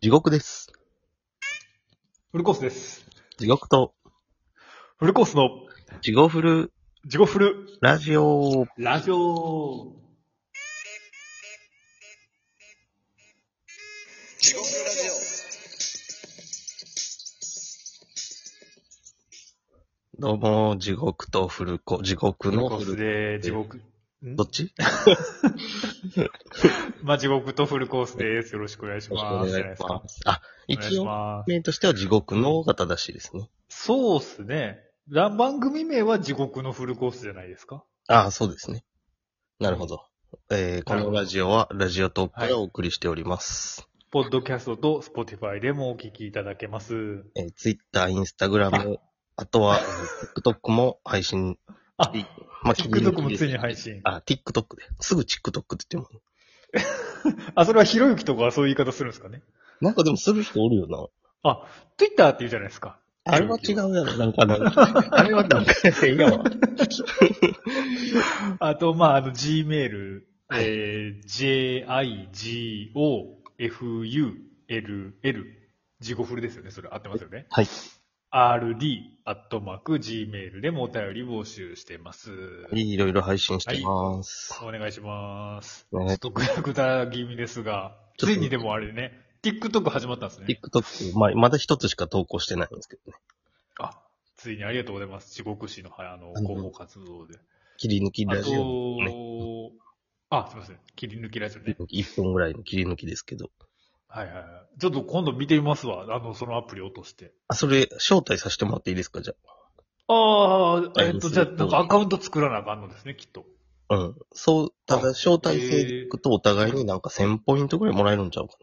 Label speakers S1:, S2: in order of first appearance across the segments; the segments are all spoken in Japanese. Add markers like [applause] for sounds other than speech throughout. S1: 地獄です。
S2: フルコースです。
S1: 地獄と、
S2: フルコースの
S1: 地獄フル
S2: 地獄フル
S1: ラジオ。
S2: ラジオ。
S3: 地獄のラジオ。
S1: どうも、地獄とフルコ、地獄
S2: フル
S1: の
S2: コー
S1: フ
S2: ス
S1: ル、
S2: で地獄。ん
S1: どっち
S2: まあ、地獄とフルコースです。よろしくお願いし
S1: よろしく
S2: ます。
S1: お願いします。あ、
S2: じゃないですか
S1: 一
S2: お
S1: 応、
S2: 願いします。
S1: 名としては地獄の方が正しいですね。
S2: そうっすね。ら番組名は地獄のフルコースじゃないですか。
S1: ああ、そうですね。なるほど。えー、このラジオは、ラジオトークからお送りしております。
S2: ポッドキャストとスポティファイでもお聞きいただけます。
S1: えー、Twitter、Instagram、あとは、えー TikTok も配信。
S2: あ
S1: まあ
S2: TikTok もついに配信。
S1: あ、TikTok で。すぐ TikTok って言っても。
S2: あ、それはひろゆきとかはそういう言い方するんですかね。
S1: なんかでもする人おるよな。
S2: Twitter って言うじゃないですか。
S1: あれは違うやろ、なんか、なんか。 [laughs] あれはなんか、いやわ。
S2: [laughs] あと、まあ、あの、gmail、えー、jigofull、ジゴフルですよね、それ合ってますよね。
S1: はい。
S2: rd、アットマーク、gmail でもお便り募集してます。
S1: いろいろ配信してます。
S2: お願いします。
S1: お
S2: ち
S1: 願い
S2: ょっとぐだぐだ気味ですが、
S1: ちょっと
S2: ついにでもあれね、TikTok 始まったんですね。
S1: TikTok、まあ、まだ一つしか投稿してないんですけどね。
S2: あ、ついにありがとうございます。地獄市の、はいあの、
S1: あの
S2: 広報活動で。
S1: 切り抜き
S2: あ
S1: ラ
S2: と
S1: ジオ、ね。、
S2: あ、すいません。切り抜きラジオね。
S1: 1分ぐらいの切り抜きですけど。
S2: はいはいはい。ちょっと今度見てみますわ。あの、そのアプリ落として。
S1: あ、それ、招待させてもらっていいですか、じゃ
S2: ああ、
S1: はい
S2: えっと、じゃあ、なんかアカウント作らなあかんのですね、きっと。
S1: あ。うん。そう、ただ、
S2: あ
S1: 招待制でいくとお互いになんか1000ポイントぐらいもらえるんちゃうか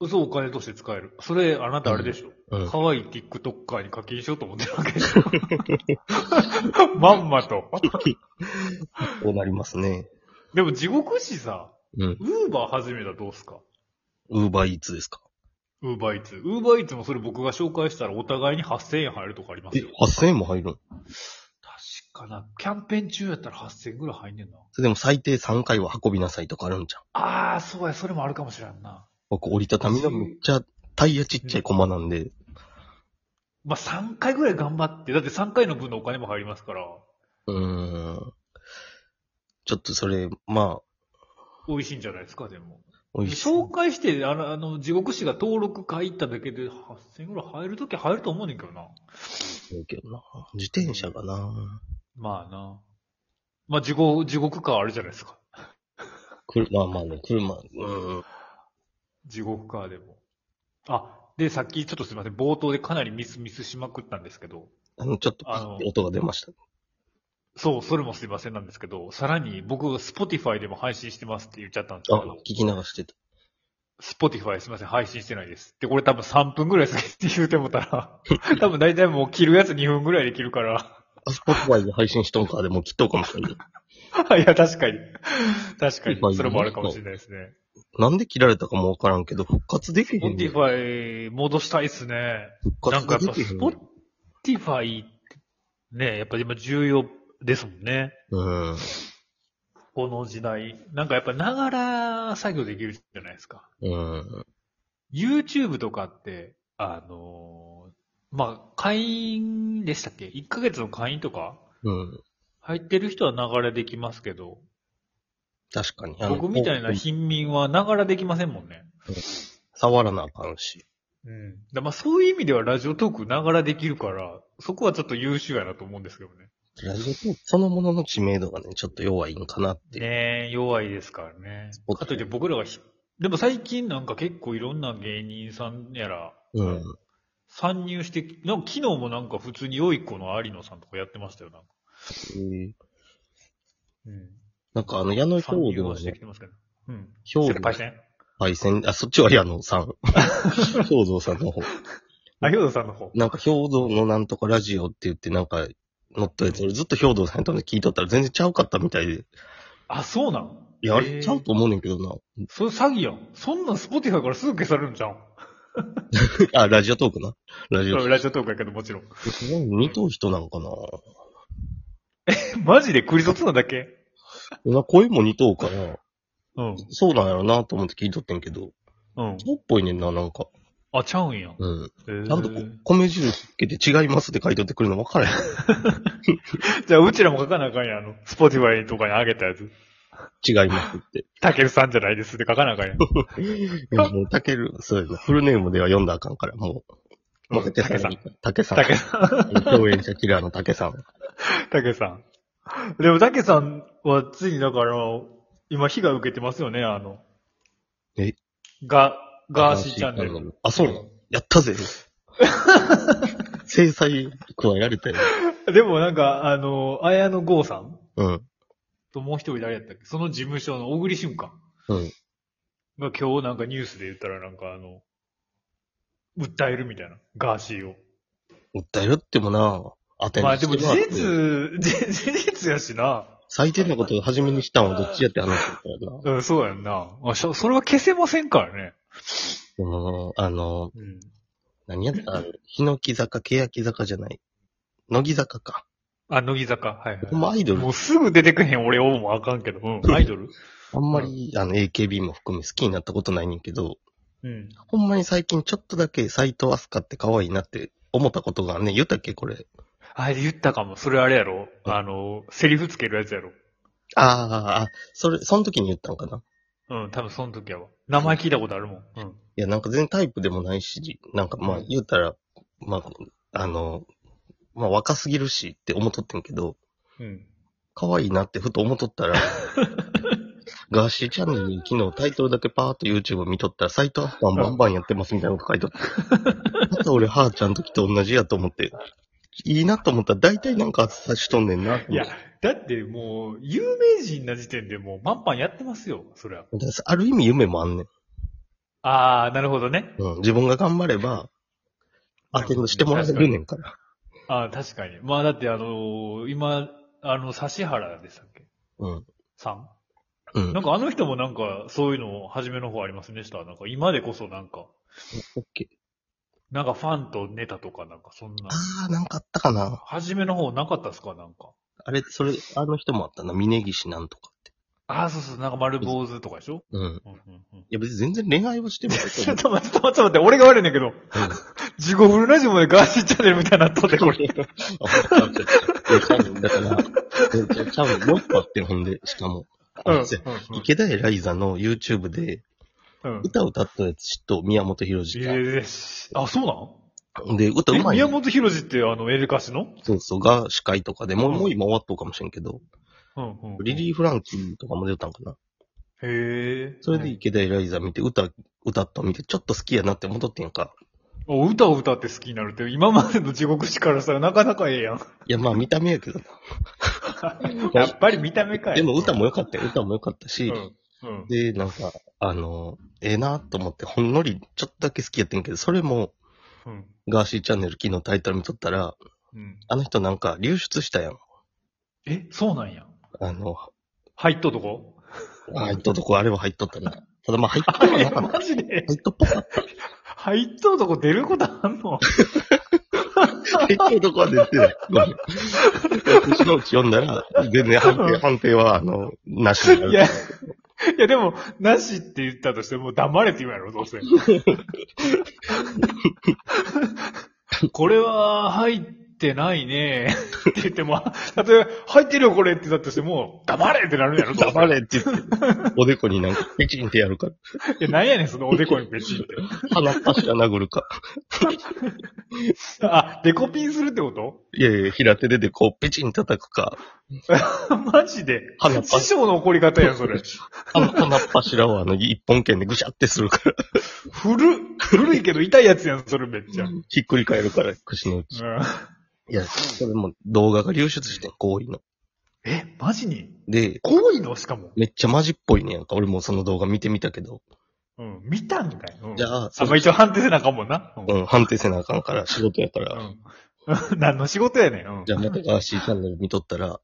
S2: 嘘お金として使える。それ、あなたあれでしょ。
S1: な。うん。
S2: 可愛い TikToker に課金しようと思ってるわけでしょ。まんまと。
S1: こうなりますね。
S2: でも地獄市さ、
S1: うん。
S2: ウーバー始めたらどうすか
S1: ウーバーイーツですか。
S2: ウーバーイーツ。ウーバーイーツもそれ僕が紹介したらお互いに8000円入るとかあります
S1: え
S2: よ。、
S1: 8000円も入るん
S2: 確かな。キャンペーン中やったら8000円ぐらい入んねんな。
S1: それでも最低3回は運びなさいとかあるんじゃん。
S2: ああ、そうや、それもあるかもしれんな。
S1: 僕、折りたたみのめっちゃタイヤちっちゃい駒なんで、
S2: まあ、3回ぐらい頑張って、だって3回の分のお金も入りますから、
S1: うーん。ちょっとそれ、まあ、
S2: 美味しいんじゃないですか、でも。
S1: 美味しい
S2: 紹。介して、あの、あの、地獄師が登録会行っただけで8000ぐらい入るとき入ると思うねんけどな。
S1: けどな。自転車がな。
S2: まあな。まあ、地獄、地獄カーあるじゃないですか。
S1: 車、まあまあね、車、うん。
S2: 地獄カーでも。あ、で、さっきちょっとすいません、冒頭でかなりミスミスしまくったんですけど、
S1: あの、ちょっと
S2: あの
S1: 音が出ました。
S2: そう、それもすいませんなんですけど、さらに僕が Spotify でも配信してますって言っちゃったんですけ
S1: あ、
S2: ど
S1: 聞、き流してた。
S2: Spotify すみません、配信してないです。で、これ多分3分ぐらい過ぎて言うてもたら、 [laughs] 多分大体もう切るやつ2分ぐらいで切るから。 [laughs]
S1: あ、スポットバイで配信しとんか、でも切っとうかもしれない。
S2: いや、確かに。確か
S1: Spotify
S2: に。それもあるかもしれないですね。
S1: なんで切られたかもわからんけど、復活できへんねん。
S2: Spotify 戻したいっすね。
S1: 復
S2: なん
S1: 活
S2: かやっ
S1: で
S2: ぱ
S1: きへんねん。
S2: Spotify ね、やっぱ今重要ですもんね。
S1: うん。
S2: この時代。なんかやっぱながら作業できるじゃないですか。
S1: うん。
S2: YouTube とかって、あのーまあ、会員でしたっけ ?1 ヶ月の会員とか
S1: うん。
S2: 入ってる人は流れできますけど、
S1: 確かに。あの
S2: 僕みたいな
S1: こう
S2: 貧民はながらできませんもんね。
S1: 触らなあかんし。
S2: うん。だまあそういう意味ではラジオトークながらできるから、そこはちょっと優秀やなと思うんですけどね。
S1: ラジオトークそのものの知名度がね、ちょっと弱いんかなって。
S2: ねえ、弱いですからね。
S1: Spotify
S2: かといって僕らがひ、でも最近なんか結構いろんな芸人さんやら、
S1: うん。
S2: 参入して、なんか昨日もなんか普通に良い子の有野さんとかやってましたよ、なんか。
S1: えー
S2: うん。
S1: なんかあの、矢野
S2: 参
S1: 兵
S2: 入
S1: 道の
S2: はしてきてますけど。うん。
S1: 兵
S2: 先
S1: 道
S2: 輩戦
S1: パイセン、あ、そっちは矢野
S2: [laughs]
S1: さん。兵道さんの方。
S2: あ、兵道さんの方。
S1: なんか兵道のなんとかラジオって言ってなんか乗ったやつ、俺ずっと兵道さんとの聞いとったら全然ちゃうかったみたいで。
S2: あ、そうなん
S1: いや、あ
S2: へ
S1: れ
S2: ー
S1: ちゃうと思うねんけどな。 [laughs]
S2: それ詐欺やん。そんなん Spotify からすぐ消されるんじゃん。
S1: あ、ラジオトークな。ラジオトー
S2: ラジオトークやけどもちろん。
S1: ク。すごい似とう人なんかな。
S2: マジでクリソツなだけ
S1: な声も似とうから、
S2: うん。
S1: そうなんやろなと思って聞いとってんけど、
S2: うん。
S1: そうっぽいねんな、なんか。
S2: あ、ちゃうんや。
S1: うん。
S2: えー
S1: ちゃんとこ米印つけて違いますって書いとってくるの分からへん。 [laughs]
S2: じゃあ、うちらも書かなあかんやん。あの、スポティファイとかにあげたやつ。
S1: 違いますって。
S2: たけるさんじゃないですって書かなあ [laughs] かんやん。
S1: いやもう、たける、そうやな。フルネームでは読んだらあかんから、もう。負けて
S2: たけさん。。
S1: たけさん
S2: た。けさん。
S1: 共演者キラーのたけさん。
S2: たけさん。でも、たけさんはついにだから、今被害受けてますよね、あの。
S1: え
S2: が、ガーシーチャン
S1: ガ
S2: ネ
S1: ーシー
S2: ル。
S1: あ、そうなのやったぜ。制裁加えられたよ。
S2: でもなんか、あの、綾野剛さん
S1: うん。
S2: ともう一人誰やったっけその事務所の小栗旬か。
S1: うん。
S2: が今日なんかニュースで言ったらなんかあの、訴えるみたいな。ガーシーを。
S1: 訴えるってもな、当てに
S2: まあ
S1: して
S2: で
S1: も
S2: も
S1: らって
S2: 事実、事事実 [laughs] やしな。
S1: 最低なことを初めにしたんはどっちやって話だったよな。
S2: うん、そうやんな。あしょそれは消せませんからね。
S1: でも、あの、
S2: うん。
S1: 何やったら、ヒノキ坂、ケヤキ坂じゃない。乃木坂か。
S2: あ、乃木坂。はいはい。
S1: ほんまアイドル
S2: もうすぐ出てくへん俺をもあかんけど。うん。アイドル
S1: あんまり、あの、AKB も含め好きになったことないねんけど、
S2: うん。
S1: ほんまに最近ちょっとだけ斎藤飛鳥って可愛いなって思ったことがね、言ったっけこれ。
S2: あれ言ったかも。それあれやろあの、セリフつけるやつやろ
S1: あーあ、それ、その時に言ったんかな。
S2: うん、多分その時やわ。名前聞いたことあるもん。うん。
S1: いや、なんか全然タイプでもないし、なんかまあ
S2: うん
S1: 言うたら、まあ、あの、まあ若すぎるしって思っとってんけど、
S2: うん。
S1: 可愛いなってふと思っとった
S2: [laughs]
S1: ら、ガーシーチャンネルに昨日タイトルだけパーっと YouTube 見とったら、サイトアッパンバンバンやってますみたいなこと書いとった。また俺、はーちゃんの時と同じやと思って、いいなと思ったら大体なんかさしとんねんな。
S2: いや、だってもう、有名人な時点でもう、パンパンやってますよ。そりゃ。
S1: だからさある意味夢もあんねん。
S2: あー、なるほどね。
S1: うん、自分が頑張れば、アテンドしてもらえるねんから。
S2: あー、確かに。まあだってあのー今、あの、指原でしたっけ
S1: うん。
S2: さん
S1: うん
S2: なん。かあの人もなんか、そういうの、初めの方ありますねした。なんか今でこそなんか、
S1: オッケー
S2: なんかファンとネタとかなんかそんな。
S1: あー、なんかあったかな。
S2: 初めの方なかったっすかなんか。
S1: あれ、それ、あの人もあったな。峯岸なんとかって。
S2: ああ、そうそう、なんか丸坊主とかでしょ
S1: うん。
S2: うんうんうん。
S1: いや、別に全然恋愛はしてもら
S2: ちょっと待って、ちょっと待って、俺が悪いねんだけど。地獄フルラジオまでガーシーチャンネルみたいになっとっ
S1: [laughs]
S2: て、 [laughs] これ。
S1: うん。だから、ちゃう、もう一個あって、ほんで、しかも。
S2: うん。
S1: あ池田エライザの YouTube で
S2: うん。うん。
S1: 歌歌ったやつと宮本浩
S2: え
S1: 次が。
S2: えしあ、そう
S1: で、歌う
S2: なの
S1: ま
S2: え
S1: い
S2: 宮
S1: ね。
S2: 本浩次ってあの、エレカシの
S1: そうそう、が司会とかで、もう
S2: うん
S1: もう今終わっとうかもしれんけど、
S2: うんうんうん。
S1: リリー・フランキーとかも出たんかな。
S2: へえ。
S1: それで池田エライザ見て、歌、歌ったの見て、ちょっと好きやなって戻ってんやんか。
S2: お歌を歌って好きになるって、今までの地獄史からしたらなかなかええやん。
S1: いや、まあ見た目やけど。
S2: やっぱり見た目かい。
S1: でも歌も良かったよ。歌も良かったし、
S2: うん。うん。
S1: で、なんか、あの、ええなと思って、ほんのりちょっとだけ好きやってんけど、それも、
S2: うん。
S1: ガーシーチャンネル昨日タイトル見とったら、
S2: うん。
S1: あの人なんか流出したやん。
S2: え、そうなんや。
S1: あの、
S2: 入っとうとこ
S1: 入っとうとこ、あれは入っとったな。ただまあ入っと
S2: あ
S1: うは
S2: れ、
S1: な
S2: [laughs]
S1: かった。
S2: マジで
S1: 入っとっぽかっ
S2: 入っとうとこ出ることあんの
S1: た。入っとうとこは出てない。ご
S2: [laughs]
S1: めん。後ろうち読んだら、全然判定、判定は、あの、なしになる
S2: いや、いやでも、なしって言ったとしても黙れって言うやろ、ど
S1: [laughs]
S2: うせ。これは入ってないね。って言っても、たとえば入ってるよこれって言ったとしても、黙れってなるんやろ、どうせ
S1: 黙れって言って、おでこになんか、ペチンってやるから。
S2: いや、なんやねん、そのおでこにペチン
S1: [laughs]
S2: って。
S1: 鼻っ柱殴るか。
S2: あ、デコピンするってこ
S1: いやいや、平手ででこう、ペチン叩くか。
S2: と [laughs] マジで
S1: 鼻。パン
S2: 師匠の怒り方やん、それ。
S1: 鼻鼻っ柱をあの、一本剣でぐしゃってするから、
S2: 古っ、古いけど痛いやつやん、それめっちゃ。うん。
S1: ひっくり返るから、串のうち。いや、それも動画が流出してん、行為の。
S2: え、マジに
S1: で、
S2: 多いのしかも。
S1: めっちゃマジっぽいねやんか。俺もその動画見てみたけど。
S2: うん。見たんかい。うん、
S1: じゃあ、
S2: あ、
S1: そ
S2: まあ、一応判定せなあかんもんな。う
S1: うん、判定せなあかんから、仕事やから。
S2: ん。うん。 [laughs] 何の仕事やねん。うん
S1: じ。ゃあ、またガーシーチャンネル見とったら、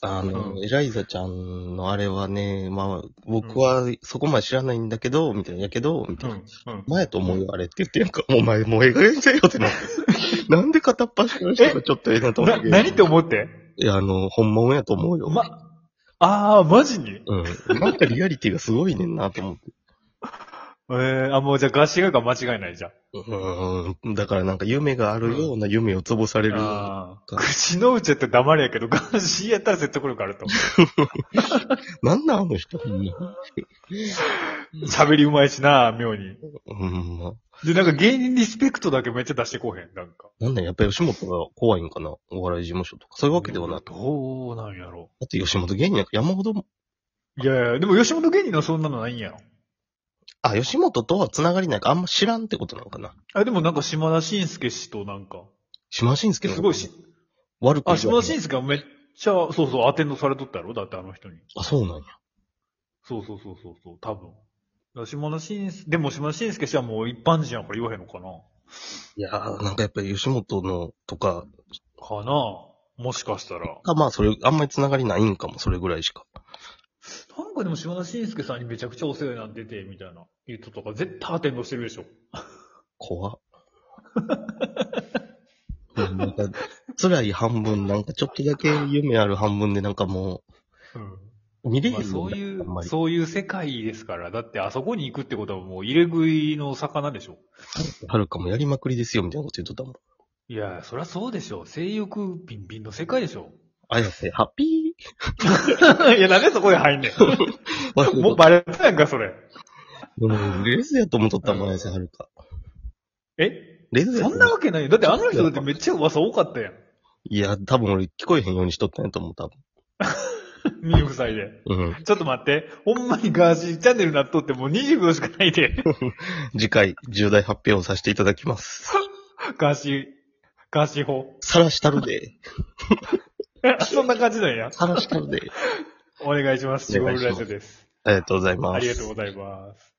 S1: あの、
S2: うん
S1: エライザちゃんのあれはね、まあ、僕はそこまで知らないんだけど、みたいな、やけど、みた
S2: う
S1: い
S2: ん。
S1: な。
S2: うん。
S1: 前と思うよ、あれって言ってなんか、お前もうええ加減にせよってなって。 [laughs] なんで片っ端からしたらちょっとええなと思
S2: な、
S1: って。
S2: 何って思って
S1: いや、あの、本物やと思うよ。
S2: ま、あー、マジに
S1: うん。なんかリアリティがすごいねんなと思って。
S2: えー、あ、もうじゃあ合唱が間違いないじゃん。
S1: うん。だからなんか夢があるような夢を潰される。
S2: あー口の内やったら黙れやけど、合唱やったら説得力あると思
S1: なんなんあの人、ほんま。
S2: う。喋りうまいしな、妙に。
S1: うん、まあ。
S2: で、なんか芸人リスペクトだけめっちゃ出してこうへん、なんか。
S1: なんだ、やっぱ吉本が怖いんかなお笑い事務所とか。そういうわけではない。だ
S2: どうなんやろ
S1: って吉本芸人なんか山ほど、
S2: う。いやいや、でも吉本芸人はそんなのないんやろ。
S1: あ、吉本とは繋がりないからあんま知らんってことなのかな
S2: あ、でもなんか島田紳介氏となんか、
S1: 島信介の
S2: すごいし、
S1: 悪く言
S2: あ、
S1: わへん
S2: 島田紳介はめっちゃ、そうそう、アテンドされとったやろだってあの人に。
S1: あ、そうなんや。
S2: そうそうそうそう、そう多分。だから島田紳介、でも島田紳介氏はもう一般人やから言わへんのかな。
S1: いやー、なんかやっぱり吉本のとか、
S2: かなもしかしたら。な
S1: がまあそれ、あんまり繋がりないんかも、それぐらいしか。
S2: んかでも島田紳介さんにめちゃくちゃお世話になってて、みたいな言うととか、絶対アテンドしてるでしょ。
S1: 怖っ [laughs] うんなんか、辛い半分、なんかちょっとだけ夢ある半分で、なんかも
S2: うん。
S1: う、見れへん
S2: まあ、そう
S1: よね
S2: い
S1: あんま
S2: う、
S1: り。
S2: そういう世界ですから、だってあそこに行くってことはもう入れ食いの魚でしょ。
S1: はるかもやりまくりですよ、みたいなこと言っとったもん。
S2: いや、そりゃそうでしょ。性欲ビンビンの世界でしょ。
S1: あやせ、ハッピ
S2: [laughs] いや、なんでそこで入んね
S1: ー [laughs]
S2: ん。 [laughs] もうバレたやんか、それ。
S1: うんレズやと思っとったもん、綾瀬はるか。
S2: え
S1: レズやと
S2: そ
S1: 思
S2: ん
S1: う
S2: なわけないよ。だってあの人だってめっちゃ噂多かった [laughs] やん。
S1: いや、多分俺聞こえへんようにしとったんやと思う、多
S2: 25歳で。
S1: 分。うん。
S2: ちょっと待って。ほんまにガーシーチャンネルなっとってもう20秒しかないで。 [laughs]
S1: 次回、重大発表をさせていただきます。
S2: [laughs] ガーシー、ガーシー法。 [laughs]
S1: さらしたるで。
S2: そんな感じなんや。
S1: さらしたるで。
S2: お願いします。
S1: お
S2: ゴ
S1: 願
S2: ー
S1: いし
S2: ル
S1: ます
S2: ラジオです。
S1: ありがとうございます。
S2: ありがとうございます。